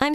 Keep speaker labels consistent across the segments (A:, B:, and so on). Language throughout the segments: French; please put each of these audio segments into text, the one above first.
A: I'm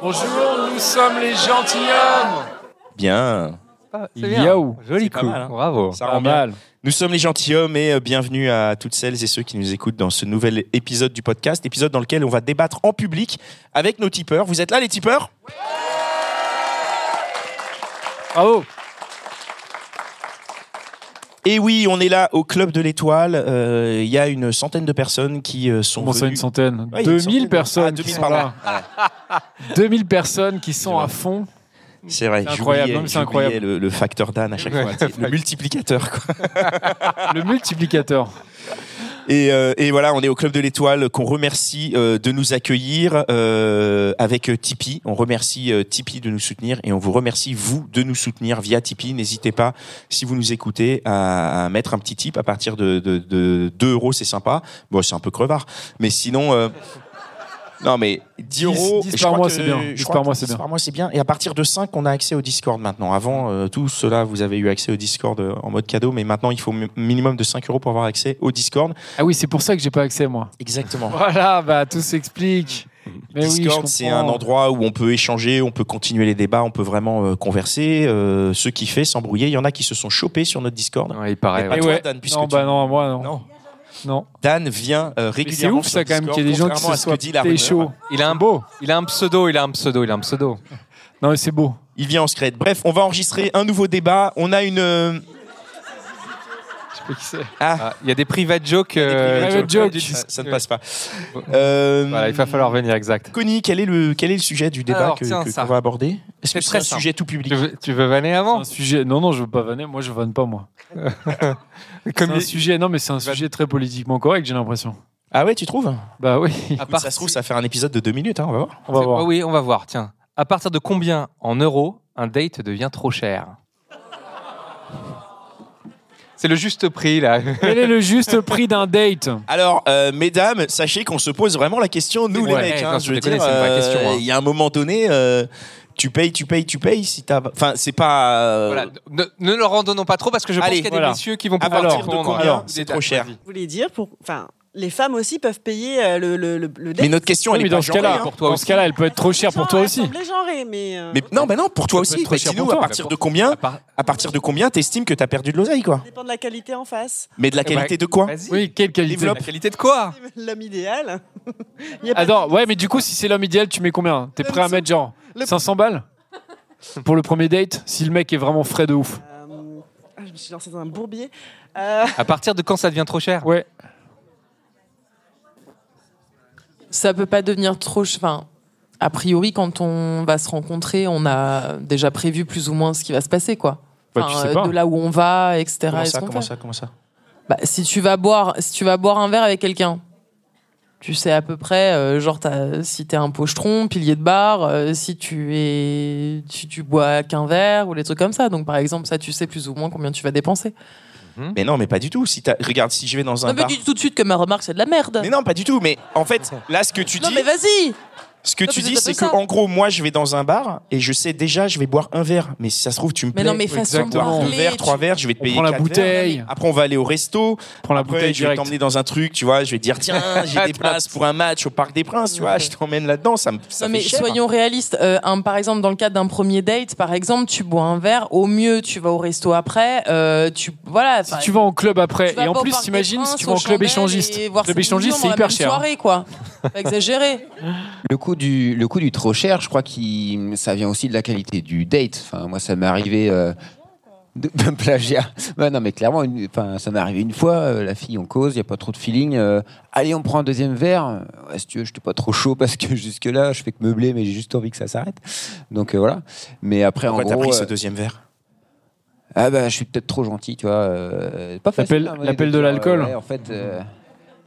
B: Bonjour, nous sommes les gentilshommes.
C: Bien.
D: c'est bien.
E: Yo, joli
C: C'est pas
E: coup.
C: mal, hein.
E: Bravo.
C: Ça
E: Pas
C: rend bien.
E: mal.
C: Nous sommes les gentilshommes et euh, bienvenue à toutes celles et ceux qui nous écoutent dans ce nouvel épisode du podcast, épisode dans lequel on va débattre en public avec nos tipeurs. Vous êtes là les tipeurs
E: Bravo.
C: Et oui, on est là au Club de l'Étoile. Euh, Il y a une centaine de personnes qui euh, sont
E: Comment ça,
C: venues-
E: une centaine
C: Ouais, il y a une
E: 2000
C: centaine.
E: personnes.
C: Ah,
E: qui
C: 2000,
E: sont
C: pardon. Ah
E: là. 2000 personnes qui sont à fond.
C: C'est vrai,
E: C'est incroyable,
C: j'oubliais-
E: non, mais c'est
C: j'oubliais
E: incroyable.
C: le, le facteur d'âne à chaque
E: Ouais,
C: fois, tu sais, le multiplicateur. Quoi.
E: Le multiplicateur.
C: Et, euh, et voilà, on est au Club de l'Étoile qu'on remercie euh, de nous accueillir euh, avec euh, Tipeee. On remercie euh, Tipeee de nous soutenir et on vous remercie, vous, de nous soutenir via Tipeee. N'hésitez pas, si vous nous écoutez, à, à mettre un petit tip à partir de, de, de 2 euros, c'est sympa. Bon, c'est un peu crevard, mais sinon... euh, non mais 10
E: 10
C: euros
E: dix
C: et je
E: par
C: crois
E: mois,
C: que-
E: c'est bien.
C: je
E: Dix
C: crois
E: par
C: que
E: mois, c'est
C: dix
E: bien.
C: par mois c'est bien et à partir de 5 on a accès au Discord maintenant. Avant euh, tout cela vous avez eu accès au Discord euh, en mode cadeau mais maintenant il faut mi- minimum de 5 euros pour avoir accès au Discord.
E: Ah oui, c'est pour ça que j'ai pas accès, moi.
C: Exactement.
E: Voilà, bah tout s'explique. Mais oui, je
C: Discord, c'est
E: comprends.
C: un endroit où on peut échanger, on peut continuer les débats, on peut vraiment euh, converser, euh, se kiffer, s'embrouiller. Il y en a qui se sont chopés sur notre Discord.
D: Ouais, il paraît.
C: Pas
E: Eh
C: toi,
E: ouais.
C: Dan, puisque
E: non,
C: tu-
E: bah non, moi non.
C: Non.
E: Non.
C: Dan vient euh,
E: Mais C'est
C: régulièrement.
E: ouf ça
C: sur
E: quand même
C: Discord,
E: qu'il y ait des gens qui
C: contrairement
E: se
C: à ce
E: soient
C: que dit la
E: pété
C: rumeur.
E: chaud.
D: Il a un beau. Il a un pseudo, il a un pseudo, il a un pseudo.
E: Non, mais c'est beau.
C: Il vient en secret. Bref, on va enregistrer un nouveau débat. On a une. euh,
E: Je sais pas qui c'est.
C: Ah,
D: Ah, Il y a des private jokes. euh,
E: private
D: jokes.
E: jokes.
C: ça, ça ne passe pas. Euh,
D: Voilà, il va falloir venir exact.
C: Connie, quel est le quel est le sujet du débat
D: Alors,
C: que-
D: tiens,
C: que-
D: ça.
C: qu'on va aborder Est-ce que
D: C'est
C: c'est
D: très
C: un sujet tout public
D: Tu veux, tu veux vanner avant
E: Un sujet. Non, non, je veux pas vanner. Moi, je vanne pas moi. C'est
D: Comme
E: un
D: les-
E: sujet. Non, mais c'est un sujet très politiquement correct. J'ai l'impression.
C: Ah ouais, tu trouves
E: Bah oui.
D: à
C: Écoute, Ça se trouve, ça fait un épisode de deux minutes. hein, on va voir.
E: On va
D: Ah
E: voir.
D: oui, on va voir. Tiens, à partir de combien en euros un date devient trop cher C'est le juste prix là.
C: Euh,
E: Quel est le juste prix d'un date
C: Alors, euh, mesdames, sachez qu'on se pose vraiment la question, nous les
D: Ouais,
C: mecs.
D: non,
C: hein,
D: sans
C: je veux dire,
D: déconner, c'est une vraie
C: euh,
D: question, hein.
C: Il y a un moment donné, euh, tu payes, tu payes, tu payes. Si t'as, enfin, c'est pas. euh,
D: Voilà, Ne, ne leur en donnons pas trop parce que je pense
C: Allez,
D: qu'il y a
E: voilà.
D: des messieurs qui vont
C: À
D: pouvoir
C: partir de
D: répondre.
C: combien
D: Alors,
C: c'est
D: des
C: trop cher
D: dates, vas-y.
F: Vous voulez dire pour, enfin, les femmes aussi peuvent payer euh, le, le, le, le date.
C: Mais notre question,
E: Oui,
C: elle
E: mais
C: est
E: dans
C: pas
E: ce
C: genrée.
E: cas-là,
C: hein.
F: pour
E: dans ce cas-là, elle peut être trop chère pour toi aussi.
F: genré, mais. euh,
C: Mais non, mais non, pour toi
E: peut
C: aussi.
E: être trop
C: Mais
E: cher
C: dis-nous,
E: pour toi.
C: à partir de combien,
D: À part-
C: à partir de combien, t'estimes que t'as perdu de l'oseille, quoi
F: Ça dépend de la qualité en face.
C: Mais de la
D: Eh ben,
C: qualité de quoi
D: vas-y.
E: Oui, quelle qualité
C: Développe.
D: La qualité de quoi
F: L'homme idéal. Il y a pas de-
E: Attends, ouais, mais du coup, si c'est l'homme idéal, tu mets combien T'es prêt à mettre genre
F: Le-
E: 500 balles pour le premier date Si le mec est vraiment frais de ouf.
F: Euh, ah, je me suis lancée dans un bourbier. Euh,
D: À partir de quand ça devient trop cher
E: Ouais.
G: ça peut pas devenir trop. ch- Enfin, a priori, quand on va se rencontrer, on a déjà prévu plus ou moins ce qui va se passer, quoi.
E: Bah, tu
G: Enfin,
E: sais
G: euh,
E: pas.
G: de là où on va, etc.
C: Comment
G: et ce
C: ça
G: qu'on
C: Comment
G: fait.
C: ça Comment ça
G: Bah, si tu vas boire, si tu vas boire un verre avec quelqu'un, tu sais à peu près, euh, genre t'as- si t'es un pochetron, pilier de bar, euh, si tu es, si tu bois qu'un verre ou les trucs comme ça. Donc par exemple, ça tu sais plus ou moins combien tu vas dépenser.
C: Mais non, mais pas du tout. Si t'as- regarde, si je vais dans un
G: Non mais
C: bar.
G: dis tout de suite que ma remarque c'est de la merde.
C: Mais non, pas du tout. Mais en fait, là, ce que tu
G: non
C: dis,
G: mais vas-y.
C: ce que
G: Non,
C: tu
G: mais
C: dis,
G: c'est
C: c'est
G: pas
C: que
G: ça.
C: en gros, moi, je vais dans un bar et je sais déjà, je vais boire un verre. Mais si ça se trouve, tu me
G: Mais
C: plais,
G: non mais façon de
E: exactement.
C: deux
G: parler.
C: verres,
G: tu-
C: trois verres, je vais te
E: On
C: payer
E: prend la
C: quatre
E: bouteille,
C: verres. Après, on va aller au resto.
E: prends la
C: Après,
E: bouteille
C: je vais
E: direct.
C: t'emmener dans un truc, tu vois. Je vais te dire, tiens, j'ai des places pour un match au Parc des Princes, tu vois.
G: Ok.
C: Je t'emmène là-dedans. Ça me ça
G: Non,
C: fait
G: mais
C: cher.
G: soyons réalistes. Euh, un, par exemple, dans le cadre d'un premier date, par exemple, tu bois un verre. Au mieux, tu vas au resto après. euh, tu voilà.
E: Si tu vas en club après, et en plus, t'imagines si tu vas en club échangiste. Club
G: Le
E: échangiste, c'est hyper cher. hein.
G: Soirée quoi. Faut pas exagérer.
H: Le coût du le coût du trop cher, je crois que ça vient aussi de la qualité du date. Enfin, moi, ça m'est arrivé euh, de, de plagiat. Ouais, non, mais clairement, une- enfin, ça m'est arrivé une fois. euh, la fille, on cause, il y a pas trop de feeling. euh, allez, on prend un deuxième verre. Ouais, si tu veux, je suis pas trop chaud parce que jusque là, je fais que meubler, mais j'ai juste envie que ça s'arrête. Donc euh, voilà. Mais après,
C: Pourquoi
H: en
C: t'as
H: gros,
C: pris ce
H: euh,
C: deuxième verre
H: ah bah, je suis peut-être trop gentil, tu vois. euh, pas
E: L'appel-
H: facile, hein, ouais,
E: l'appel de
H: dire,
E: l'alcool.
H: euh, ouais, en fait, euh,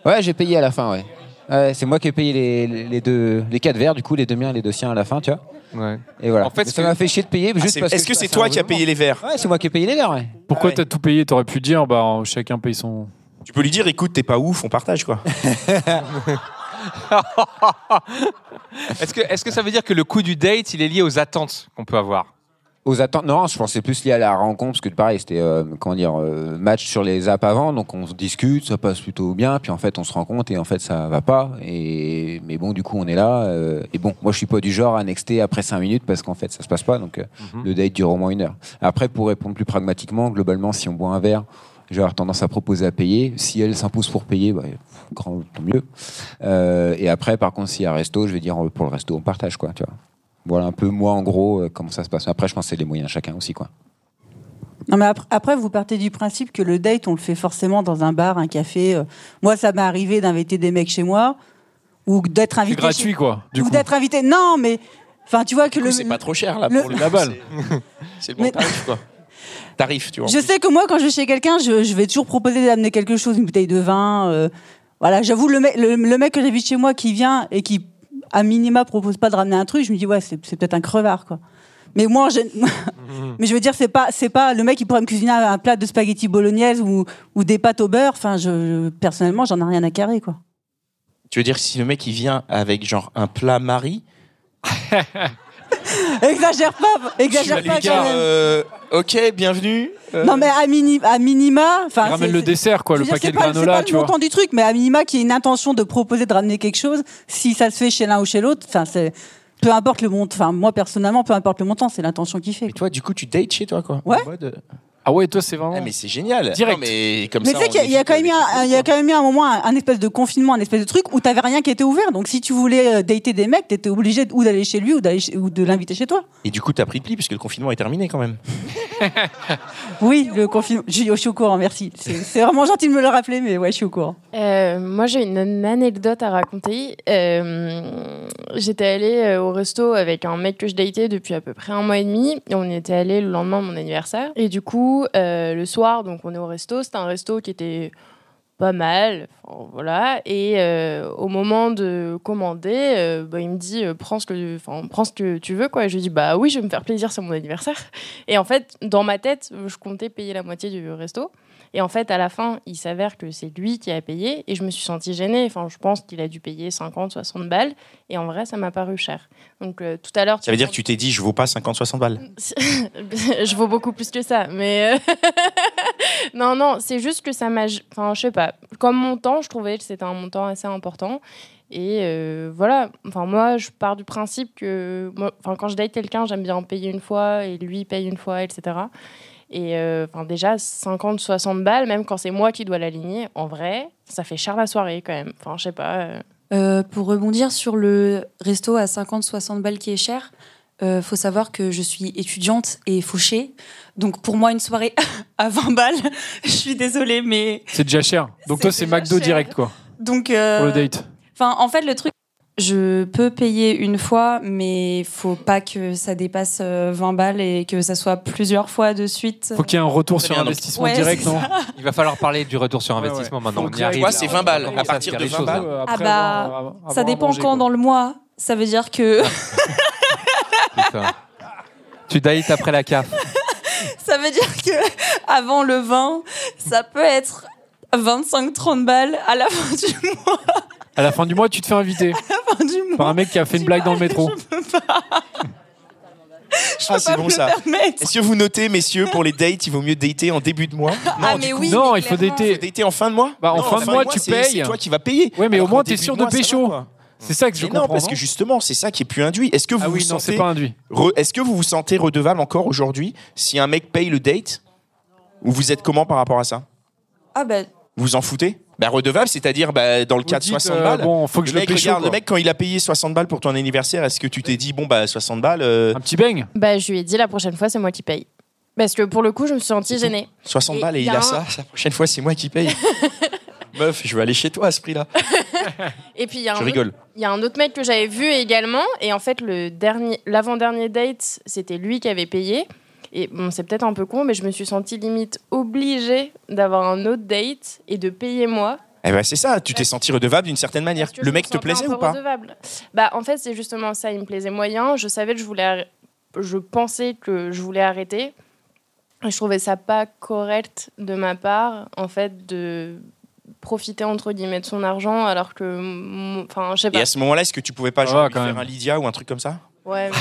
H: ouais, j'ai payé à la fin, ouais. Ouais, c'est moi qui ai payé les, les- les deux, les quatre verres, du coup, les deux miens et les deux siens à la fin, tu vois.
D: Ouais.
H: Et voilà.
D: En fait, ce
H: ça
D: que-
H: m'a fait chier de payer
C: Ah,
H: juste
C: c'est-
H: parce
C: Est-ce que
H: je
C: c'est
H: passe
C: toi
H: un
C: qui as
H: moment.
C: payé les verres
H: Ouais, c'est moi qui ai payé les verres, ouais.
E: Pourquoi
C: Ah ouais.
E: t'as tout payé T'aurais pu dire, bah, chacun paye son.
C: Tu peux lui dire, écoute, t'es pas ouf, on partage quoi.
D: Est-ce que, est-ce que ça veut dire que le coût du date, il est lié aux attentes qu'on peut avoir
H: Aux attentes, non, je pensais plus lié à la rencontre, parce que pareil, c'était, euh, comment dire, euh, match sur les apps avant, donc on se discute, ça passe plutôt bien, puis en fait, on se rend compte, et en fait, ça va pas, et, mais bon, du coup, on est là, euh, et bon, moi, je suis pas du genre à nexter après 5 minutes, parce qu'en fait, ça se passe pas, donc euh, le date dure au moins une heure. Après, pour répondre plus pragmatiquement, globalement, si on boit un verre, je vais avoir tendance à proposer à payer. Si elle s'impose pour payer, bah, pff, grand, tant mieux. Euh, et après, par contre, s'il y a un resto, je vais dire, euh, pour le resto, on partage, quoi, tu vois. Voilà un peu moi en gros euh, comment ça se passe. Après je pense que c'est les moyens de chacun aussi quoi.
I: Non, mais après, après, vous partez du principe que le date, on le fait forcément dans un bar, un café. Euh, Moi, ça m'est arrivé d'inviter des mecs chez moi ou d'être
E: C'est
I: invité.
E: gratuit,
I: chez-
E: quoi. Du
I: ou
E: coup.
I: d'être invité. Non, mais. Enfin, tu vois que
C: Du coup,
I: le.
C: c'est pas trop cher là
I: le-
C: pour le
E: La
C: coup,
E: balle.
C: c'est- C'est le bon
I: Mais-
C: tarif quoi. Tarif, tu vois.
I: Je sais que moi, quand je vais chez quelqu'un, je, je vais toujours proposer d'amener quelque chose, une bouteille de vin. euh, voilà, j'avoue, le, mec- le, le mec que j'invite chez moi qui vient et qui, à minima, propose pas de ramener un truc, je me dis, ouais, c'est c'est peut-être un crevard, quoi. Mais moi, je...
C: Mhm.
I: mais je veux dire, c'est pas, c'est pas le mec qui pourrait me cuisiner un plat de spaghetti bolognaise ou, ou des pâtes au beurre. Enfin, je, personnellement, j'en ai rien à carrer, quoi.
C: Tu veux dire que si le mec il vient avec genre un plat Marie,
I: Exagère pas,
C: tu vas
I: exagère
C: lui
I: pas
C: dire
I: quand même.
C: euh, OK, bienvenue. euh,
I: Non, mais à, mini- à minima, enfin,
E: Ramène
I: c'est-
E: le dessert, quoi,
I: Je
E: le
I: veux dire,
E: paquet
I: c'est
E: de
I: pas- C'est
E: granola,
I: pas
E: tu
I: le
E: vois.
I: montant du truc, mais à minima, qu'il y ait une intention de proposer de ramener quelque chose, si ça se fait chez l'un ou chez l'autre, enfin, c'est. Peu importe le montant, enfin, moi personnellement, peu importe le montant, c'est l'intention qui fait.
C: Et toi, du coup, tu dates chez toi, quoi.
I: Ouais.
C: En mode-
E: Ah ouais, toi, c'est vraiment.
C: Ah, mais c'est génial.
E: Direct.
C: Non, mais comme
I: Mais
C: ça,
I: tu sais
C: on
I: qu'il y a- il y, a
C: évite
I: quand même eu
C: les
I: un-
C: trucs,
I: il y
C: quoi.
I: a quand même eu un moment, un, un espèce de confinement, un espèce de truc où t'avais rien qui était ouvert. Donc si tu voulais euh, dater des mecs, t'étais obligé de- ou d'aller chez lui ou, d'aller chez- ou de l'inviter chez toi.
C: Et du coup, t'as pris pli puisque le confinement est terminé quand même.
I: Oui, le confinement. Je, je suis au courant, merci. C'est c'est vraiment gentil de me le rappeler, mais ouais, je suis au courant.
J: Euh, moi, j'ai une une anecdote à raconter. Euh, J'étais allée euh, au resto avec un mec que je datais depuis à peu près un mois et demi. Et on y était allé le lendemain de mon anniversaire. Et du coup, euh, le soir, donc on est au resto. C'était un resto qui était pas mal, Enfin, voilà. Et euh, au moment de commander, euh, bah, il me dit euh, prends ce que, enfin prends ce que tu veux quoi. Et je lui dis bah oui, je vais me faire plaisir, c'est mon anniversaire. Et en fait, dans ma tête, je comptais payer la moitié du resto. Et en fait, à la fin, il s'avère que c'est lui qui a payé et je me suis sentie gênée. Enfin, je pense qu'il a dû payer 50, 60 balles et en vrai, ça m'a paru cher. Donc euh, tout à l'heure,
C: Ça veut dire que tu t'es dit, je vaux pas 50-60 balles.
J: je vaux beaucoup plus que ça, mais euh, non, non, c'est juste que ça m'a, enfin, je sais pas. Comme montant, je trouvais que c'était un montant assez important. Et euh, voilà, enfin moi, je pars du principe que, moi- enfin, quand je date quelqu'un, j'aime bien payer une fois et lui il paye une fois, etc. Et euh, enfin déjà 50, 60 balles, même quand c'est moi qui dois l'aligner, en vrai, ça fait cher la soirée quand même. Enfin, je sais pas. euh,
K: Euh, pour rebondir sur le resto à 50-60 balles qui est cher, euh, faut savoir que je suis étudiante et fauchée. Donc pour moi, une soirée à 20 balles, je suis désolée, mais.
E: C'est déjà cher. Donc toi, c'est McDo direct, quoi.
K: Donc, euh,
E: Pour le date.
K: Enfin, en fait, le truc, je peux payer une fois, mais faut pas que ça dépasse euh, 20 balles et que ça soit plusieurs fois de suite.
E: Faut qu'il y ait un retour
C: Très
E: sur
C: bien, donc-
E: investissement
K: Ouais,
E: direct,
K: c'est
E: non
K: ça.
D: Il va falloir parler du retour sur investissement maintenant.
E: Faut
D: on y
E: que-
D: arrive.
C: Quoi, c'est 20 balles.
D: On
C: À
D: commence
C: partir
D: faire
C: de
D: les
C: 20
D: choses, hein.
C: balles.
D: là.
K: Ah bah, ça dépend quand dans le mois. Ça veut dire que
D: Putain. Tu dates après la CAF.
K: ça veut dire que avant le 20, ça peut être 25-30 balles à la fin du mois.
E: À la fin du mois, tu te fais inviter
K: à la fin du
E: par
K: mois.
E: un mec qui a fait une blague dans le métro.
C: Ah, c'est
K: pas
C: bon
K: me
C: ça.
K: permettre.
C: Est-ce que vous notez, messieurs, pour les dates, il vaut mieux dater en début de mois Non,
K: ah
C: du
K: mais
C: coup,
K: oui.
E: non,
K: mais
E: il faut
K: clairement.
E: dater.
C: dater en fin de mois
E: Bah, en
C: Non,
E: fin de mois, tu
C: c'est-
E: payes.
C: C'est toi qui vas payer.
E: Ouais, mais
C: Alors
E: au moins,
C: qu'en
E: t'es
C: début
E: sûr
C: mois,
E: de
C: ça va,
E: pécho.
C: quoi.
E: C'est ça que je
C: Mais non,
E: comprends.
C: parce que
E: non
C: justement, c'est ça qui est plus induit. Est-ce que vous
E: Ah oui,
C: vous
E: non, c'est
C: sentez
E: pas induit.
C: Re- Est-ce que vous vous sentez redevable encore aujourd'hui si un mec paye le date Ou vous êtes comment par rapport à ça
K: Ah bah
C: Vous vous en foutez bah, Redevable, c'est-à-dire bah, dans le
E: Vous
C: cas de
E: dites,
C: 60
E: euh,
C: balles.
E: bon, faut que
C: le,
E: je le
C: mec,
E: pécho,
C: regarde,
E: quoi.
C: le mec, quand il a payé 60 balles pour ton anniversaire, est-ce que tu t'es dit, bon, bah 60 balles, euh,
E: Un petit beigne
J: Bah, je lui ai dit la prochaine fois, c'est moi qui paye. Parce que pour le coup, je me suis sentie gênée.
C: 60
J: Et
C: balles et
J: il y
C: il
J: a
C: a
J: un-
C: ça, la prochaine fois, c'est moi qui paye. Meuf, je vais aller chez toi à ce prix-là.
J: Et puis il y a un
C: Je
J: autre-
C: rigole.
J: Il y a un autre mec que j'avais vu également, et en fait, le dernier, l'avant-dernier date, c'était lui qui avait payé. Et bon, c'est peut-être un peu con, mais je me suis sentie limite obligée d'avoir un autre date et de payer moi
C: Eh ben c'est ça, tu t'es senti redevable d'une certaine manière.
J: Parce que
C: Le
J: je
C: mec
J: me
C: te
J: sentais
C: plaisait
J: un
C: ou
J: peu
C: pas
J: redevable. Bah en fait c'est justement ça, il me plaisait moyen. Je savais que je voulais, arr- je pensais que je voulais arrêter. Et je trouvais ça pas correct de ma part, en fait, de profiter entre guillemets de son argent alors que, mon- enfin je sais pas.
C: Et à ce moment-là, est-ce que tu pouvais pas genre, lui faire un Lydia ou un truc comme ça
J: Ouais.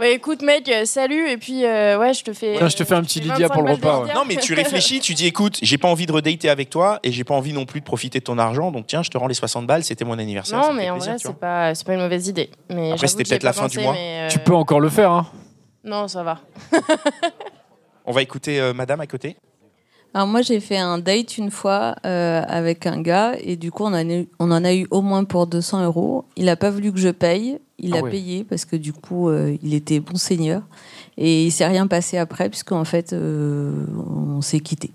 J: Ouais, écoute mec, euh, salut et puis euh, ouais je te fais.
C: Putain, je te
J: euh,
C: fais un petit
J: fais
C: Lydia pour le
J: 25 balles de
C: repas.
J: Lydia.
C: Non, mais tu réfléchis, tu dis écoute, j'ai pas envie de redater avec toi et j'ai pas envie non plus de profiter de ton argent, donc tiens, je te rends les 60 balles, c'était mon anniversaire. ça
J: Non
C: me
J: mais
C: fait
J: en
C: plaisir,
J: vrai
C: tu vois.
J: c'est pas c'est pas une mauvaise idée. Mais j'avoue
C: Après, c'était
J: que j'y ai
C: peut-être la
J: pas
C: fin du
J: pensé,
C: mois.
J: mais,
E: Tu
J: euh,
E: peux encore le faire, hein.
J: Non ça va.
C: On va écouter euh, madame à côté.
L: Alors moi j'ai fait un date une fois euh, avec un gars et du coup on, en a eu, on en a eu au moins pour 200 euros. Il n'a pas voulu que je paye, il
M: Ah
L: a
M: ouais.
L: payé parce que du coup euh, il était bon seigneur et il s'est rien passé après puisqu'en fait euh, on s'est quitté.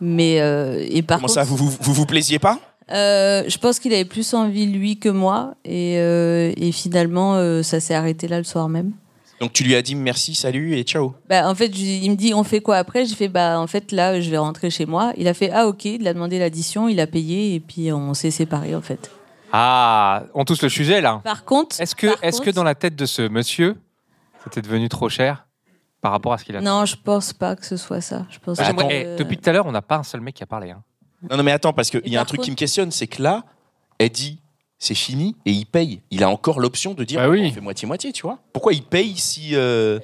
L: Mais euh, et par
C: Comment
L: contre,
C: ça, vous vous, vous vous plaisiez pas
L: euh, je pense qu'il avait plus envie lui que moi et, euh, et finalement euh, ça s'est arrêté là le soir même.
C: Donc tu lui as dit merci, salut et ciao.
L: Bah, en fait, je- il me dit on fait quoi après J'ai fait bah en fait là je vais rentrer chez moi. Il a fait ah ok, il a demandé l'addition, il a payé et puis on s'est séparés en fait.
D: Ah, on touche le sujet là.
L: Par contre,
D: Est-ce que, est-ce que dans la tête de ce monsieur, c'était devenu trop cher par rapport à ce qu'il a
L: non, je pense pas que ce soit ça. Je pense.
D: Bah,
L: que- euh,
D: attends, eh, Depuis tout à l'heure, on n'a pas un seul mec qui a parlé. hein.
C: Non, non, mais attends, parce qu'il y a un
L: par
C: truc
L: contre-
C: qui me questionne, c'est que là, elle dit c'est fini et il paye. Il a encore l'option de
E: Bah
C: dire on fait moitié-moitié, tu vois. Pourquoi il paye si. euh,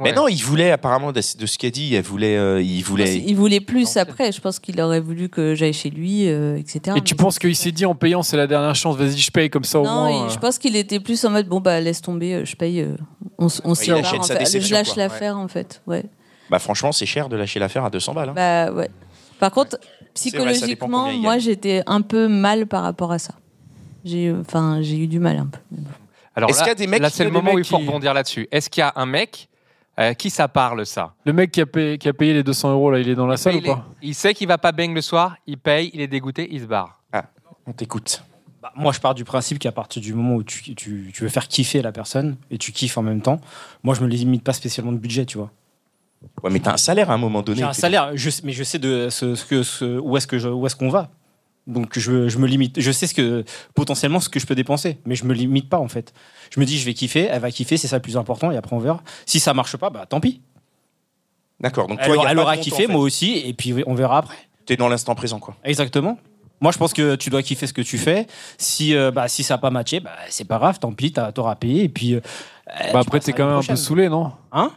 C: Mais non, il voulait apparemment de de ce qu'elle dit, elle voulait, euh, il voulait.
L: Il voulait plus après. Je pense qu'il aurait voulu que j'aille chez lui, euh, etc.
E: Et tu penses qu'il s'est dit en payant, c'est la dernière chance, vas-y, je paye comme ça au
L: Non,
E: moins.
L: il- je
E: euh.
L: pense qu'il était plus en mode bon bah laisse tomber, euh, je paye. euh, on s- on
C: Ouais,
L: se
C: il
L: sépare,
C: achète
L: en
C: sa
L: fait. Je
C: déception,
L: lâche
C: quoi.
L: l'affaire en fait. Ouais.
C: Bah franchement, c'est cher de lâcher l'affaire à 200 balles. hein.
L: Bah ouais. Par contre,
C: C'est vrai, ça dépend
L: psychologiquement,
C: combien il
L: moi
C: gagne.
L: j'étais un peu mal par rapport à ça. J'ai, enfin, j'ai eu du mal un peu.
D: Alors
L: Est-ce
D: là,
L: qu'il y a des mecs
D: là,
L: qui-
D: c'est
L: il y
D: le
L: a des
D: moment où il
L: mecs
D: faut
L: qui-
D: rebondir là-dessus. Est-ce qu'il y a un mec euh, qui ça parle ça
E: Le mec qui a, payé, qui a payé les 200 euros, là, il est dans la salle ou
D: il, est-
E: pas
D: il sait qu'il va pas bang le soir, il paye, il est dégoûté, il se barre.
N: Ah.
C: on t'écoute.
N: Bah, moi, je pars du principe qu'à partir du moment où tu, tu- tu veux faire kiffer la personne et tu kiffes en même temps, moi, je me limite pas spécialement de budget, tu vois.
C: Ouais, mais t'as un salaire à un moment donné.
N: J'ai un
C: t'es-
N: salaire, je sais- mais je sais de ce, ce que, ce- où est-ce que je- où est-ce qu'on va. Donc je, je me limite, je sais ce que potentiellement ce que je peux dépenser, mais je me limite pas en fait. Je me dis je vais kiffer, elle va kiffer, c'est ça le plus important et après on verra. Si ça marche pas, bah tant pis.
C: D'accord. Donc
N: elle,
C: toi, il y a
N: elle
C: pas de
N: aura
C: compte,
N: kiffé,
C: en fait.
N: moi aussi, et puis on verra après.
C: T'es dans l'instant présent quoi.
N: Exactement. Moi je pense que tu dois kiffer ce que tu fais. Si euh, bah si ça a pas matché, bah c'est pas grave, tant pis, t'as- t'auras payé et puis. euh,
E: Bah
N: tu
E: après,
N: passes
E: t'es
N: à
E: quand même
N: l'année
E: un peu
N: prochaine.
E: saoulé, non
N: Hein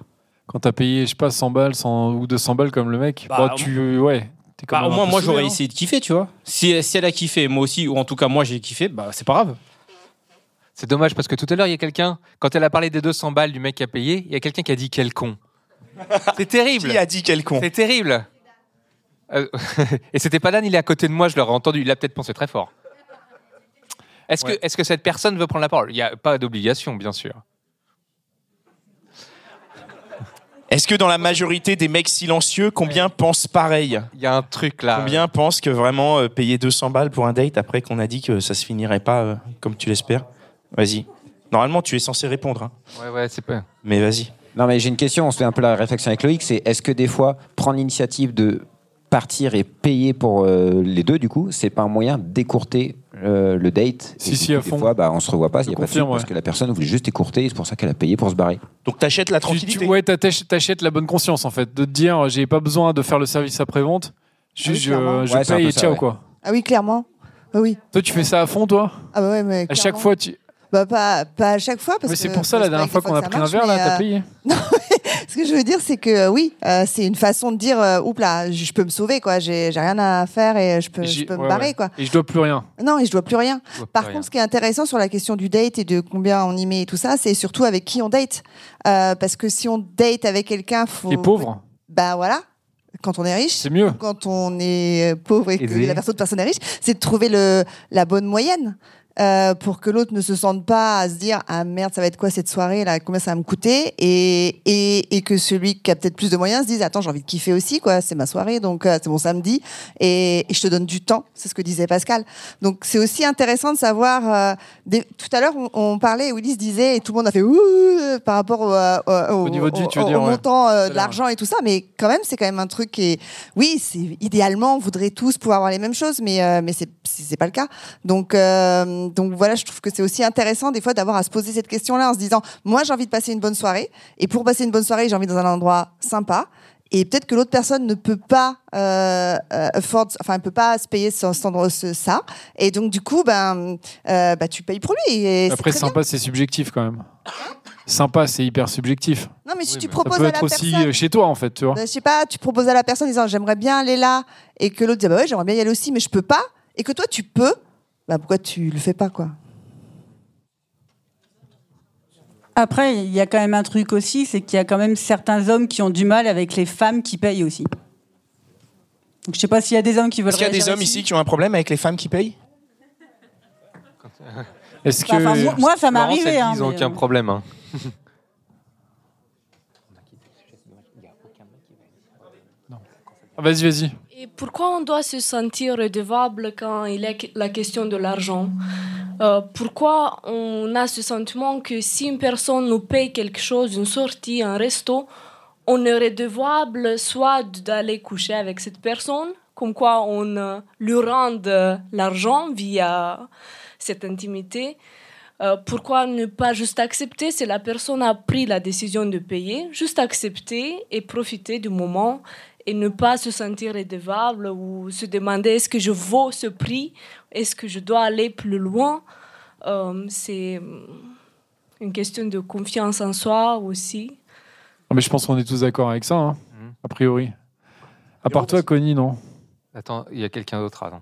E: Quand t'as payé, je sais pas, 100 balles 100 ou 200 balles comme le mec.
N: Bah,
E: bah, tu. Ouais. T'es quand
N: Bah,
E: même
N: au
E: un
N: moins,
E: peu
N: moi,
E: saoulé,
N: j'aurais
E: hein.
N: essayé de kiffer, tu vois. Si, si elle a kiffé, moi aussi, ou en tout cas, moi, j'ai kiffé, bah, c'est pas grave.
D: C'est dommage parce que tout à l'heure, il y a quelqu'un, quand elle a parlé des 200 balles du mec qui a payé, il y a quelqu'un qui a dit quel con. C'est terrible.
C: Qui a dit quel con
D: C'est terrible. Euh, et c'était pas Dan, il est à côté de moi, je l'aurais entendu, il a peut-être pensé très fort. Est-ce que, est-ce que cette personne veut prendre la parole Il n'y a pas d'obligation, bien sûr.
C: Est-ce que dans la majorité des mecs silencieux, combien pensent pareil
D: Il y a un truc là.
C: Combien pensent que vraiment euh, payer 200 balles pour un date après qu'on a dit que ça se finirait pas euh, comme tu l'espères Vas-y. Normalement, tu es censé répondre. hein.
D: Ouais, ouais, c'est pas.
C: Mais vas-y.
H: Non, mais j'ai une question. On se fait un peu la réflexion avec Loïc. C'est est-ce que des fois, prendre l'initiative de partir et payer pour euh, les deux, du coup, c'est pas un moyen d'écourter euh, le date
E: Si,
H: Et du
E: si,
H: coup,
E: à
H: des
E: fond.
H: fois, bah, on se revoit pas. Il y a pas de
E: confirme,
H: suite, parce
E: ouais.
H: que la personne voulait juste écourter. et C'est pour ça qu'elle a payé pour se barrer.
C: Donc t'achètes la
E: Tu, tu, ouais, t'achètes, t'achètes la bonne conscience en fait. De te dire, j'ai pas besoin de faire le service après-vente.
O: Ah oui,
E: Juste,
O: clairement.
E: je, je
H: Ouais, c'est un
E: paye
H: peu
E: et
H: ça,
E: ciao
H: ouais.
E: quoi.
O: Ah oui, clairement. Ah oui.
E: Toi, tu fais ça à fond toi
O: Ah bah ouais, mais
E: À
O: clairement.
E: chaque fois, tu.
O: Bah pas, pas à chaque fois parce
E: Mais c'est
O: que-
E: pour ça, la
O: parce
E: dernière
O: que des
E: fois qu'on a
O: ça
E: pris un
O: marche,
E: verre, là,
O: mais,
E: t'as
O: euh,
E: payé.
O: Non, ce que je veux dire, c'est que euh, oui, euh, c'est une façon de dire, euh, oups là, je je peux me sauver quoi, j'ai j'ai rien à faire et je peux, je
E: J'ai-
O: peux
E: ouais,
O: me barrer
E: ouais.
O: quoi.
E: Et je dois plus rien.
O: Non, et je dois plus rien.
E: dois plus
O: Par
E: rien.
O: contre, ce qui est intéressant sur la question du date et de combien on y met et tout ça, c'est surtout avec qui on date. Euh, parce que si on date avec quelqu'un, faut.
E: Qui est pauvre.
O: Bah voilà. Quand on est riche,
E: C'est mieux.
O: Quand on est euh, pauvre et que
E: Aisé.
O: la personne, personne est riche, c'est de trouver le, la bonne moyenne. euh, pour que l'autre ne se sente pas à se dire ah merde ça va être quoi cette soirée là combien ça va me coûter et, et, et que celui qui a peut-être plus de moyens se dise attends j'ai envie de kiffer aussi quoi c'est ma soirée donc euh, c'est mon samedi et, et je te donne du temps c'est ce que disait Pascal donc c'est aussi intéressant de savoir euh, des- tout à l'heure on, on parlait Willy se disait et tout le monde a fait ouh par rapport au, euh, au,
E: Au niveau de vie, tu veux
O: au-
E: dire,
O: au
E: ouais.
O: montant euh, de l'argent et tout ça mais quand même c'est quand même un truc qui est oui c'est idéalement on voudrait tous pouvoir avoir les mêmes choses mais euh, mais c'est c'est c'est pas le cas donc euh, donc voilà je trouve que c'est aussi intéressant des fois d'avoir à se poser cette question là en se disant moi j'ai envie de passer une bonne soirée et pour passer une bonne soirée j'ai envie dans un endroit sympa et peut-être que l'autre personne ne peut pas euh, euh, afford- enfin elle peut pas se payer ce- cet endroit- ce- ça et donc du coup ben euh, bah, tu payes pour lui et c'est
E: Après,
O: très bien.
E: sympa, c'est subjectif quand même. Sympa, c'est hyper subjectif.
O: non mais si tu
E: Ça
O: proposes
E: peut
O: à la
E: être aussi
O: personne
E: euh, chez toi, en fait, tu vois.
O: Ben, je sais pas, tu proposes à la personne en disant j'aimerais bien aller là et que l'autre dit bah ouais, j'aimerais bien y aller aussi mais je peux pas et que toi tu peux, bah pourquoi tu le fais pas quoi
I: Après, il y a quand même un truc aussi, c'est qu'il y a quand même certains hommes qui ont du mal avec les femmes qui payent aussi. Donc je sais pas s'il y a des hommes qui veulent.
C: Est-ce qu'il y a des
I: réagir
C: hommes ici qui ont un problème avec les femmes qui payent
E: Est-ce
I: que- Bah, Enfin, moi- moi, ça m'est
D: Laurence, elle
I: arrivé,
D: dit,
I: hein,
D: Ils n'ont
I: mais,
D: aucun
I: euh,
D: problème. hein.
E: Ah, Vas-y, vas-y.
M: Et pourquoi on doit se sentir redevable quand il est que- la question de l'argent Euh, Pourquoi on a ce sentiment que si une personne nous paye quelque chose, une sortie, un resto, on est redevable soit d'aller coucher avec cette personne, comme quoi on euh, lui rend euh, l'argent via cette intimité. Euh, pourquoi ne pas juste accepter si la personne a pris la décision de payer Juste accepter et profiter du moment et ne pas se sentir redevable ou se demander est-ce que je vaux ce prix Est-ce que je dois aller plus loin Euh, C'est euh, une question de confiance en soi aussi.
E: Ah, mais je pense qu'on est tous d'accord avec ça, hein,
C: Mhm.
E: a priori. À part toi, Connie, non
D: Attends, il y a quelqu'un d'autre. Attends.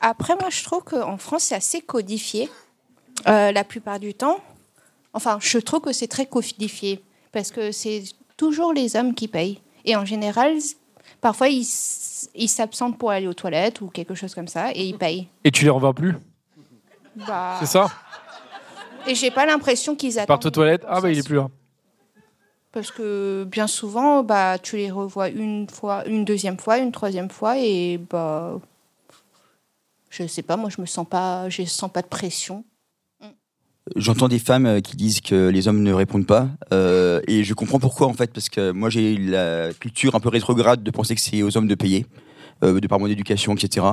P: Après, moi, je trouve qu'en France, c'est assez codifié euh, la plupart du temps. Enfin, je trouve que c'est très codifié parce que c'est toujours les hommes qui payent. Et en général, s- parfois, ils s- ils s'absentent pour aller aux toilettes ou quelque chose comme ça et ils payent.
E: Et tu les revois plus,
O: Ah.
P: Bah,
E: c'est ça
P: Et j'ai pas l'impression qu'ils
E: Part
P: attendent.
E: aux toilettes, ah bah il est plus là.
P: Parce que bien souvent, bah, tu les revois une fois, une deuxième fois, une troisième fois, et bah, je sais pas, moi je me sens pas, je sens pas de pression.
Q: J'entends des femmes euh, qui disent que les hommes ne répondent pas. euh, et je comprends pourquoi, en fait, parce que moi, j'ai la culture un peu rétrograde de penser que c'est aux hommes de payer, euh, de par mon éducation, etc.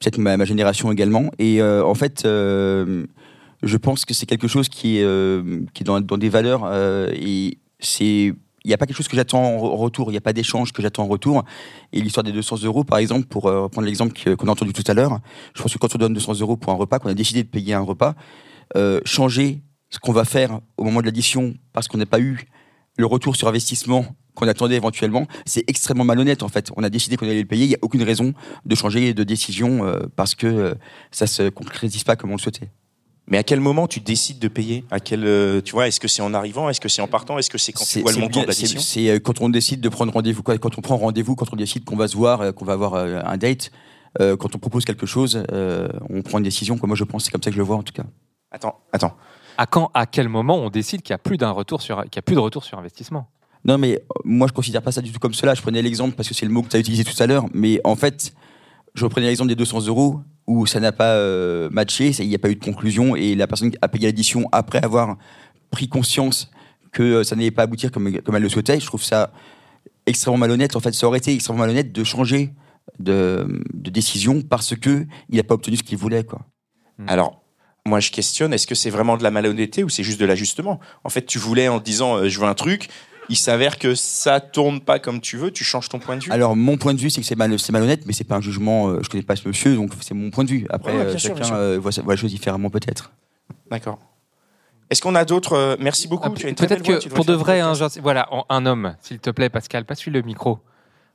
Q: Peut-être ma, ma génération également. Et euh, en fait, euh, je pense que c'est quelque chose qui est, euh, qui est dans, dans des valeurs. euh, et c'est. Il n'y a pas quelque chose que j'attends en re- retour, il n'y a pas d'échange que j'attends en retour. Et l'histoire des 200 euros, par exemple, pour euh, reprendre l'exemple que- qu'on a entendu tout à l'heure, je pense que quand on donne 200 euros pour un repas, qu'on a décidé de payer un repas, euh, changer ce qu'on va faire au moment de l'addition parce qu'on n'a pas eu le retour sur investissement qu'on attendait éventuellement, c'est extrêmement malhonnête en fait. On a décidé qu'on allait le payer, il n'y a aucune raison de changer de décision euh, parce que euh, ça se concrétise pas comme on le souhaitait.
C: Mais à quel moment tu décides de payer À quel, euh, tu vois, est-ce que c'est en arrivant Est-ce que c'est en partant Est-ce que c'est quand tu
Q: C'est
C: vois le
Q: c'est
C: montant
Q: bien-
C: de l'addition
Q: c'est- c'est, euh, quand on décide de prendre rendez-vous, quoi, quand on prend rendez-vous, quand on décide qu'on va se voir, euh, qu'on va avoir euh, un date, euh, quand on propose quelque chose, euh, on prend une décision. Quoi. Moi, je pense c'est comme ça que je le vois en tout cas.
C: Attends, attends.
D: À quand, à quel moment on décide qu'il n'y a plus d'un retour sur, qu'il y a plus de retour sur investissement
Q: Non, mais euh, moi, je considère pas ça du tout comme cela. Je prenais l'exemple parce que c'est le mot que tu as utilisé tout à l'heure. Mais en fait, je reprenais l'exemple des 200 euros où ça n'a pas euh, matché, ça- il n'y a pas eu de conclusion et la personne a payé l'addition après avoir pris conscience que euh, ça n'allait pas aboutir comme, comme elle le souhaitait. Je trouve ça extrêmement malhonnête. En fait, ça aurait été extrêmement malhonnête de changer de, de décision parce que il n'a pas obtenu ce qu'il voulait. Quoi.
C: Alors, moi, je questionne, est-ce que c'est vraiment de la malhonnêteté ou c'est juste de l'ajustement En fait, tu voulais en te disant, euh, je veux un truc, il s'avère que ça tourne pas comme tu veux, tu changes ton point de vue.
Q: Alors, mon point de vue, c'est que c'est mal- c'est malhonnête, mais c'est pas un jugement. euh, je connais pas ce monsieur, donc c'est mon point de vue. Après,
C: Ouais, ouais,
Q: euh,
C: bien sûr, bien
Q: chacun
C: sûr.
Q: euh, voit, sa- voit la chose différemment, peut-être.
C: D'accord. Est-ce qu'on a d'autres euh, Merci beaucoup. tu as une très
D: Peut-être
C: belle voix,
D: que
C: tu dois
D: pour de
C: faire-
D: vrai, hein, genre, c'est- voilà, en- un homme, s'il te plaît, Pascal, passe-lui le micro.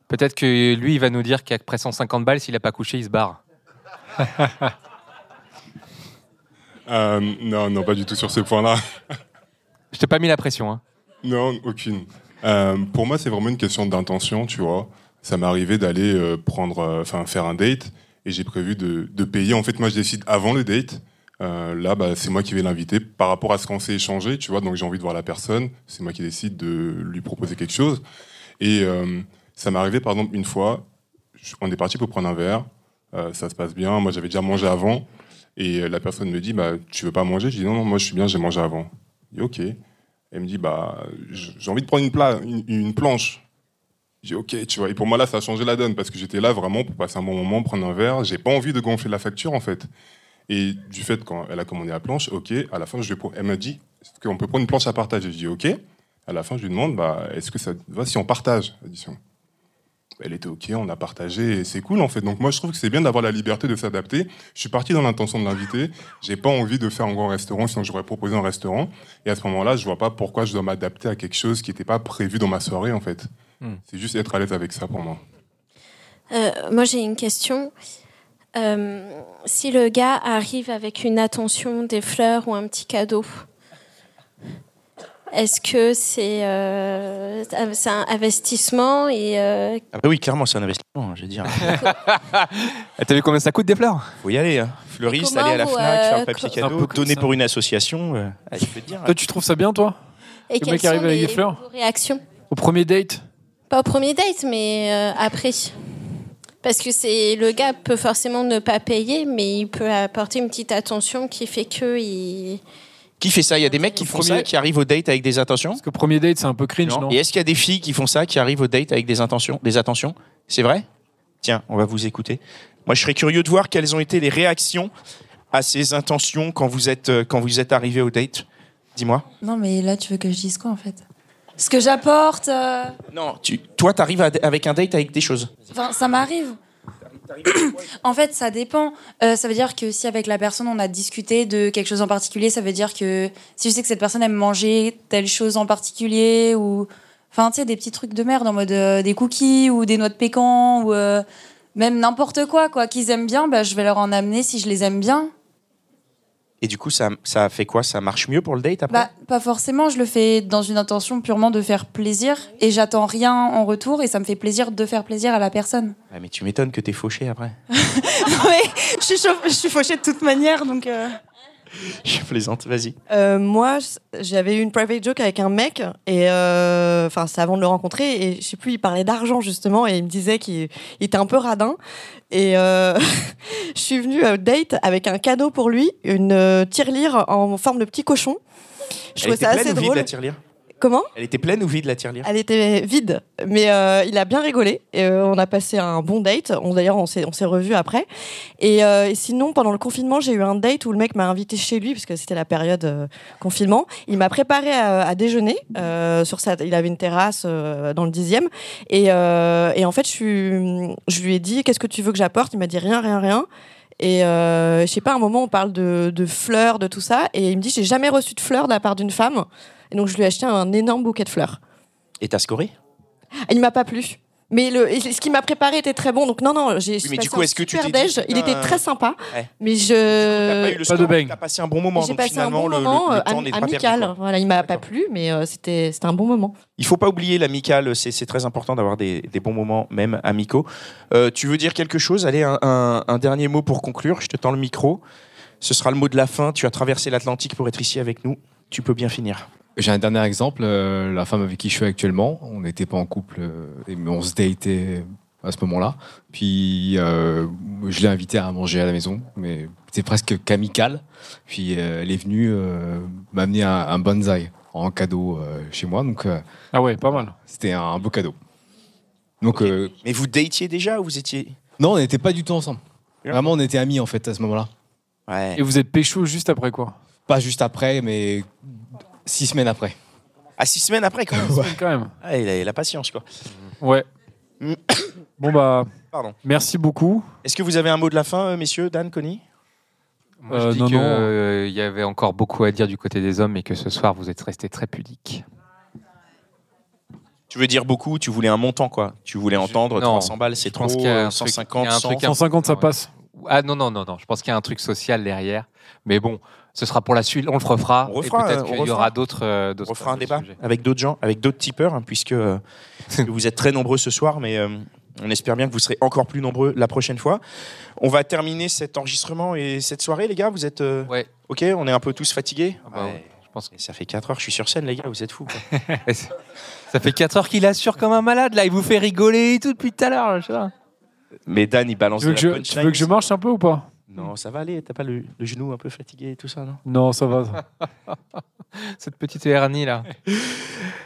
D: Peut-être que lui, il va nous dire qu'après 150 balles, s'il n'a pas couché, il se barre.
R: Euh, non, non, pas du tout sur ce point-là.
D: Je t'ai pas mis la pression. Hein.
R: Non, aucune. Euh, pour moi, c'est vraiment une question d'intention, tu vois. Ça m'est arrivé d'aller euh, prendre, euh, enfin, faire un date et j'ai prévu de, de payer. En fait, moi, je décide avant le date Euh, là, bah, c'est moi qui vais l'inviter par rapport à ce qu'on s'est échangé, tu vois. Donc j'ai envie de voir la personne, c'est moi qui décide de lui proposer quelque chose. Et euh, ça m'est arrivé par exemple une fois, je- on est parti pour prendre un verre, euh, ça se passe bien. Moi j'avais déjà mangé avant, et euh, la personne me dit bah tu veux pas manger Je dis non non moi je suis bien, j'ai mangé avant. Il dit ok. Elle me dit bah j- j'ai envie de prendre une, pla- une, une planche. J'ai dit, ok, tu vois. Et pour moi, là, ça a changé la donne parce que j'étais là vraiment pour passer un bon moment, prendre un verre. J'ai pas envie de gonfler la facture, en fait. Et du fait, quand elle a commandé la planche, ok, à la fin, je lui pro- elle m'a dit, est-ce qu'on peut prendre une planche à partager Je dis, ok. À la fin, je lui demande, bah, est-ce que ça te va si on partage Addition. Elle était ok, on a partagé, et c'est cool en fait. Donc moi, je trouve que c'est bien d'avoir la liberté de s'adapter. Je suis parti dans l'intention de l'inviter. J'ai pas envie de faire un grand restaurant, sinon j'aurais proposé un restaurant. Et à ce moment-là, je vois pas pourquoi je dois m'adapter à quelque chose qui n'était pas prévu dans ma soirée en fait. C'est juste être à l'aise avec ça pour moi.
S: Euh, moi, j'ai une question. Euh, si le gars arrive avec une attention, des fleurs ou un petit cadeau, est-ce que c'est euh, c'est un investissement et euh,
C: Ah bah oui, clairement, c'est un investissement, je veux dire.
D: T'as vu combien ça coûte des fleurs
C: Faut y aller, hein. fleuriste,
S: Comment
C: aller à la
S: vous,
C: Fnac,
S: euh,
C: faire le papier
S: co-
E: Un peu
C: cadeau,
E: comme
C: donner
E: ça.
C: pour une association. euh, ah, je peux te dire.
E: Toi, tu trouves ça bien, toi
S: et
E: Le mec
S: quelles
E: arrive
S: sont
E: avec
S: les-
E: des fleurs
S: vos réactions
E: Au premier date
S: Pas au premier date, mais euh, après. Parce que c'est le gars peut forcément ne pas payer, mais il peut apporter une petite attention qui fait que il.
C: Qui fait ça Il y a des mecs qui font ça, qui arrivent au date avec des intentions Parce
E: que premier date, c'est un peu cringe, non
C: Et est-ce qu'il y a des filles qui font ça, qui arrivent au date avec des intentions, des attentions C'est vrai Tiens, on va vous écouter. Moi, je serais curieux de voir quelles ont été les réactions à ces intentions quand vous êtes, euh, quand vous êtes arrivé au date. Dis-moi.
K: Non, mais là, tu veux que je dise quoi en fait Ce que j'apporte. euh,
C: Non, tu, toi, t'arrives à- avec un date avec des choses.
K: Enfin, ça m'arrive. en fait, ça dépend. Euh, ça veut dire que si avec la personne on a discuté de quelque chose en particulier, ça veut dire que si je sais que cette personne aime manger telle chose en particulier ou. Enfin, tu sais, des petits trucs de merde en mode euh, des cookies ou des noix de pécan ou euh, même n'importe quoi, quoi. Qu'ils aiment bien, bah, je vais leur en amener si je les aime bien.
C: Et du coup, ça, ça fait quoi Ça marche mieux pour le date après
K: Bah, pas forcément, je le fais dans une intention purement de faire plaisir et j'attends rien en retour et ça me fait plaisir de faire plaisir à la personne.
C: Ouais, Mais tu m'étonnes que t'es fauché après.
K: Ouais, je suis, chauff- je suis fauchée de toute manière donc. euh.
C: Je plaisante, vas-y.
T: Euh, moi, s- j'avais eu une private joke avec un mec, et euh, enfin, c'est avant de le rencontrer, et je sais plus, il parlait d'argent justement, et il me disait qu'il il était un peu radin. Et euh, je suis venue au date avec un cadeau pour lui, une euh, tirelire en forme de petit cochon. Je
C: Elle
T: trouvais
C: était
T: ça
C: pleine
T: assez
C: ou vide
T: drôle.
C: la tirelire
T: Comment
C: Elle était pleine ou vide la tirelire
T: Elle était vide, mais euh, il a bien rigolé. Et, euh, on a passé un bon date. On d'ailleurs on s'est on s'est revus après. Et, euh, et sinon pendant le confinement j'ai eu un date où le mec m'a invité chez lui parce que c'était la période euh, confinement. Il m'a préparé à, à déjeuner euh, sur sa. Il avait une terrasse euh, dans le dixième. Et, euh, et en fait je suis- je lui ai dit qu'est-ce que tu veux que j'apporte. Il m'a dit rien rien rien. Et euh, je sais pas, à un moment, on parle de, de fleurs, de tout ça. Et il me dit, j'ai jamais reçu de fleurs de la part d'une femme. Et donc, je lui ai acheté un énorme bouquet de fleurs.
C: Et t'as scoré
T: Il m'a pas plu. Mais le, et ce qu'il m'a préparé était très bon. Donc, non, non, j'ai
C: mais
T: j'ai
C: du
T: passé
C: coup,
T: un
C: est-ce que tu
T: super
C: t'es dit,
T: déj. Il
C: putain,
T: était très sympa.
C: Ouais.
T: Mais je.
C: T'as pas eu le score, t'as passé un bon moment.
T: J'ai
C: donc
T: passé un
C: finalement,
T: bon
C: le- le-
T: moment
C: le
T: euh,
C: temps
T: ami-
C: n'est pas perdu,
T: amical.
C: quoi.
T: voilà, il m'a pas plu, mais euh, c'était c'était un bon moment.
C: Il faut pas oublier l'amical, c'est c'est très important d'avoir des, des bons moments, même amicaux. Euh, tu veux dire quelque chose Allez, un, un- un dernier mot pour conclure. Je te tends le micro. Ce sera le mot de la fin. Tu as traversé l'Atlantique pour être ici avec nous. Tu peux bien finir.
U: J'ai un dernier exemple. euh, la femme avec qui je suis actuellement, on n'était pas en couple, euh, et- mais on se datait à ce moment-là. Puis euh, je l'ai invitée à manger à la maison, mais c'était presque qu'amical. Puis euh, elle est venue euh, m'amener un, un bonsaï en cadeau euh, chez moi. Donc,
E: ah ouais, pas mal.
U: C'était un, beau cadeau. Donc, euh,
C: Mais vous datiez déjà ou vous étiez
U: non, on n'était pas du tout ensemble. Vraiment, on était amis en fait à ce moment-là.
E: Et vous êtes pécho juste après quoi
U: Pas juste après, mais six semaines après.
C: À Ah, six semaines après, quand même.
E: Quand même.
C: Ah, il a la patience, quoi.
E: Ouais. bon bah.
C: Pardon.
E: Merci beaucoup.
C: Est-ce que vous avez un mot de la fin, euh, messieurs Dan, Connie
D: Moi,
E: Euh,
D: je dis
E: non,
D: que,
E: non.
D: euh, il y avait encore beaucoup à dire du côté des hommes et que ce soir, vous êtes restés très pudiques.
C: Tu veux dire beaucoup Tu voulais un montant, quoi Tu voulais entendre
D: non,
C: 300 balles, c'est
D: je pense
C: trop.
D: qu'il y a un
C: euh,
D: truc-
C: 150,
D: il y a un
C: 100.
D: truc un-
E: ça passe.
D: Ah non, non, non, non. Je pense qu'il y a un truc social derrière. Mais bon, ce sera pour la suite. On le refera.
C: On refera,
D: et
C: euh,
D: peut-être
C: on
D: qu'il y
C: refera.
D: aura d'autres. euh, d'autres-
C: On refera un débat avec d'autres gens, avec d'autres tipeurs, hein, puisque euh, parce que vous êtes très nombreux ce soir, mais euh, On espère bien que vous serez encore plus nombreux la prochaine fois. On va terminer cet enregistrement et cette soirée, les gars. Vous êtes. euh, Ok, on est un peu tous fatigués. Je
D: Ah bah, pense que
C: ça fait 4 heures. Je suis sur scène, les gars. Vous êtes fous. quoi.
D: Ça fait 4 heures qu'il assure comme un malade, là. Il vous fait rigoler et tout depuis tout à l'heure, là, je sais pas.
C: Mais Dan, il balance
E: Tu veux,
C: de
E: que
C: la
E: je, tu
C: punchline.
E: veux que je marche un peu ou pas
C: Non, ça va aller. T'as pas le, le genou un peu fatigué et tout ça, non
E: Non, ça va. ça.
D: Cette petite hernie, là.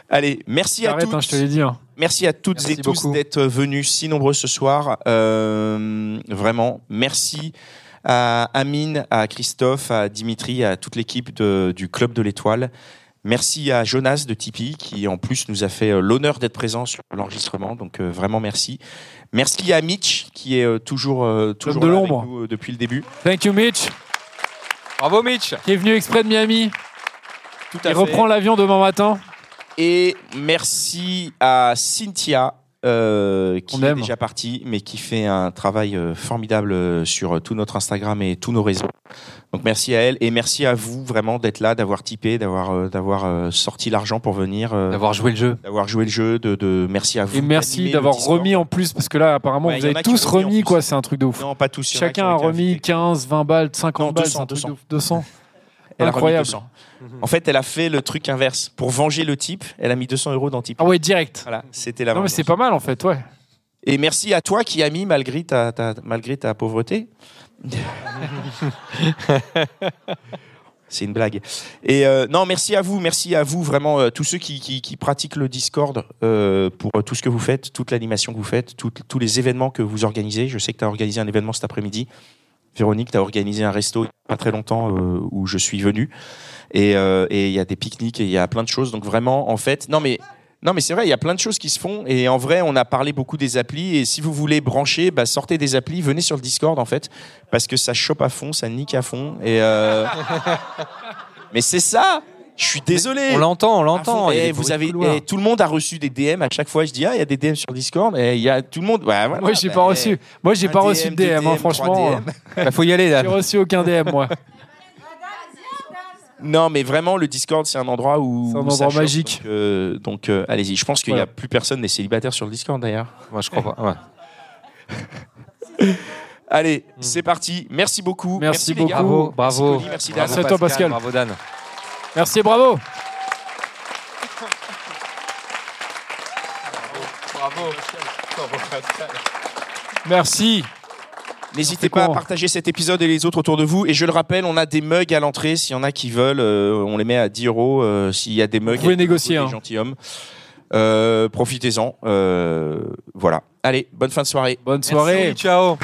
C: Allez, merci à
E: Arrête,
C: toutes.
E: hein, je te l'ai dit. hein.
C: Merci à toutes
E: Merci
C: et tous
E: beaucoup.
C: d'être venus si nombreux ce soir. Euh, vraiment, merci à Amine, à Christophe, à Dimitri, à toute l'équipe de- du Club de l'Étoile. Merci à Jonas de Tipeee qui en plus nous a fait euh, l'honneur d'être présent sur l'enregistrement. Donc euh, vraiment merci. Merci à Mitch qui est euh, toujours, euh, toujours
E: de
C: là avec
E: l'ombre.
C: nous euh, depuis le début.
E: Thank you, Mitch.
D: Bravo, Mitch.
E: Qui est venu exprès de Miami.
C: Tout
E: Il
C: à fait.
E: reprend l'avion demain matin.
C: Et merci à Cynthia. euh, qui est déjà partie, mais qui fait un travail euh, formidable euh, sur euh, tout notre Instagram et tous nos réseaux. Donc merci à elle et merci à vous vraiment d'être là, d'avoir typé, d'avoir euh, d'avoir euh, sorti l'argent pour venir, euh,
D: d'avoir joué le jeu,
C: d'avoir joué le jeu, de, de- merci à vous.
E: Et merci
C: d'animer le
E: d'avoir
C: Discord.
E: remis en plus, parce que là, apparemment,
C: Ouais,
E: vous
C: y en
E: avez
C: a qui
E: tous
C: ont remis en
E: remis, quoi. C'est un truc de ouf.
C: Non, pas tous. y en a qui
E: Chacun
C: ont
E: a
C: été
E: remis 15, 20 balles, 50
C: Non,
E: balles,
C: 200,
E: c'est un truc
C: 200.
E: de ouf. 200.
C: Elle a remis
E: Incroyable.
C: 200. En fait, elle a fait le truc inverse pour venger le type. Elle a mis 200 euros dans type.
E: Ah ouais, direct.
C: Voilà, c'était la.
E: Non, mais
C: vengeance.
E: c'est pas mal, en fait, ouais.
C: Et merci à toi qui as mis malgré ta, ta- malgré ta pauvreté. C'est une blague. Et euh, non, merci à vous, merci à vous vraiment euh, tous ceux qui, qui- qui pratiquent le Discord euh, pour euh, tout ce que vous faites, toute l'animation que vous faites, tout- tous les événements que vous organisez. Je sais que tu as organisé un événement cet après-midi. Véronique, tu as organisé un resto il y a pas très longtemps euh, où je suis venu. Et euh, et il y a des pique-niques et il y a plein de choses. Donc vraiment, en fait, non mais, non, mais c'est vrai, il y a plein de choses qui se font. Et en vrai, on a parlé beaucoup des applis. Et si vous voulez brancher, bah, sortez des applis, venez sur le Discord en fait. Parce que ça chope à fond, ça nique à fond. Et euh, mais c'est ça je suis désolé.
D: On l'entend, on l'entend.
C: À fond.
D: Il y a
C: Eh,
D: des bruits
C: vous
D: de
C: avez,
D: couloir.
C: eh, tout le monde a reçu des DM à chaque fois. Je dis ah, il y a des DM sur Discord. Et il y a tout le monde. Ouais, voilà,
E: Moi, j'ai
C: bah,
E: pas reçu. Moi, j'ai
C: un
E: pas reçu de
C: deux
E: DM, hein,
C: trois
E: franchement. Bah,
C: DM.
D: Il Bah, faut y aller, là.
E: J'ai reçu aucun DM, moi.
C: Non, mais vraiment, le Discord, c'est un endroit où.
E: C'est un
C: où
E: endroit
C: ça chauffe.
E: magique.
C: Donc, euh, donc, euh, allez-y. Je pense qu'il n'y a
E: Voilà.
C: plus personne des célibataires sur le Discord d'ailleurs.
D: Moi, je crois pas.
C: allez, c'est parti. Merci beaucoup.
E: Merci
C: les gars.
E: beaucoup.
C: Merci,
E: Bravo.
C: Colline. Merci, Dan.
E: Merci à toi, Pascal.
D: Bravo, Dan.
E: Merci et bravo.
B: Bravo.
E: Merci.
C: N'hésitez pas à partager cet épisode et les autres autour de vous. Et je le rappelle, on a des mugs à l'entrée. S'il y en a qui veulent, euh, on les met à 10 euros. euh, S'il y a des mugs,
E: Vous pouvez négocier, hein.
C: gentilhomme. Euh, Profitez-en. Euh, voilà. Allez, bonne fin de soirée.
E: Bonne soirée.
D: ciao.